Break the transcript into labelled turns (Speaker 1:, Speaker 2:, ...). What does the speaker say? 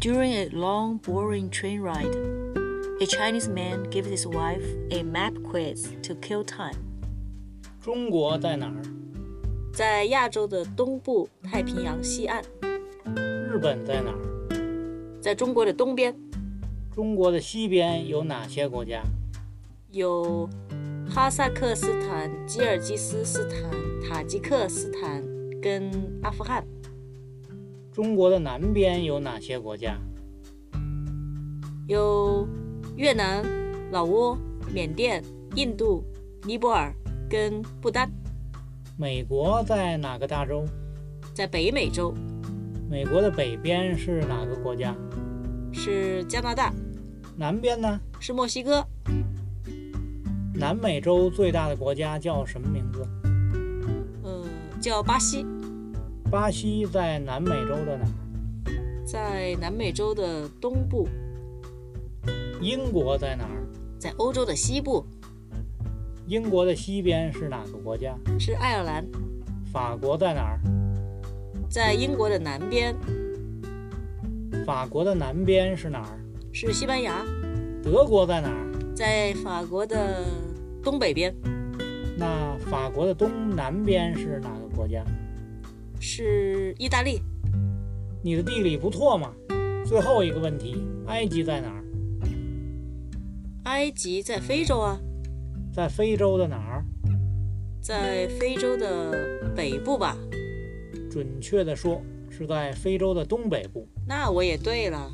Speaker 1: During a long, boring train ride, a Chinese man gives his wife a map quiz to kill time.
Speaker 2: 中国在哪儿？
Speaker 1: 在亚洲的东部太平洋西岸，
Speaker 2: 日本在哪儿？
Speaker 1: 在中国的东边
Speaker 2: 中国的西边有哪些国家？
Speaker 1: 有哈萨克斯坦、吉尔吉斯斯坦、塔吉克斯坦跟阿富汗。
Speaker 2: 中国的南边有哪些国家？
Speaker 1: 有越南、老挝、缅甸、印度、尼泊尔跟不丹，
Speaker 2: 美国在哪个大洲？
Speaker 1: 在北美洲
Speaker 2: 美国的北边是哪个国家？
Speaker 1: 是加拿大，
Speaker 2: 南边呢？
Speaker 1: 是墨西哥，
Speaker 2: 南美洲最大的国家叫什么名字？
Speaker 1: 呃，叫巴西，
Speaker 2: 巴西在南美洲的哪儿？
Speaker 1: 在南美洲的东部，
Speaker 2: 英国在哪儿？
Speaker 1: 在欧洲的西部
Speaker 2: 英国的西边是哪个国家？
Speaker 1: 是爱尔兰，
Speaker 2: 法国在哪儿？
Speaker 1: 在英国的南边
Speaker 2: 法国的南边是哪儿？
Speaker 1: 是西班牙，
Speaker 2: 德国在哪儿？
Speaker 1: 在法国的东北边
Speaker 2: 那法国的东南边是哪个国家？
Speaker 1: 是意大利，
Speaker 2: 你的地理不错嘛。最后一个问题，埃及在哪儿？
Speaker 1: 埃及在非洲啊，
Speaker 2: 在非洲的哪儿？
Speaker 1: 在非洲的北部吧？
Speaker 2: 准确的说，是在非洲的东北部。
Speaker 1: 那我也对了，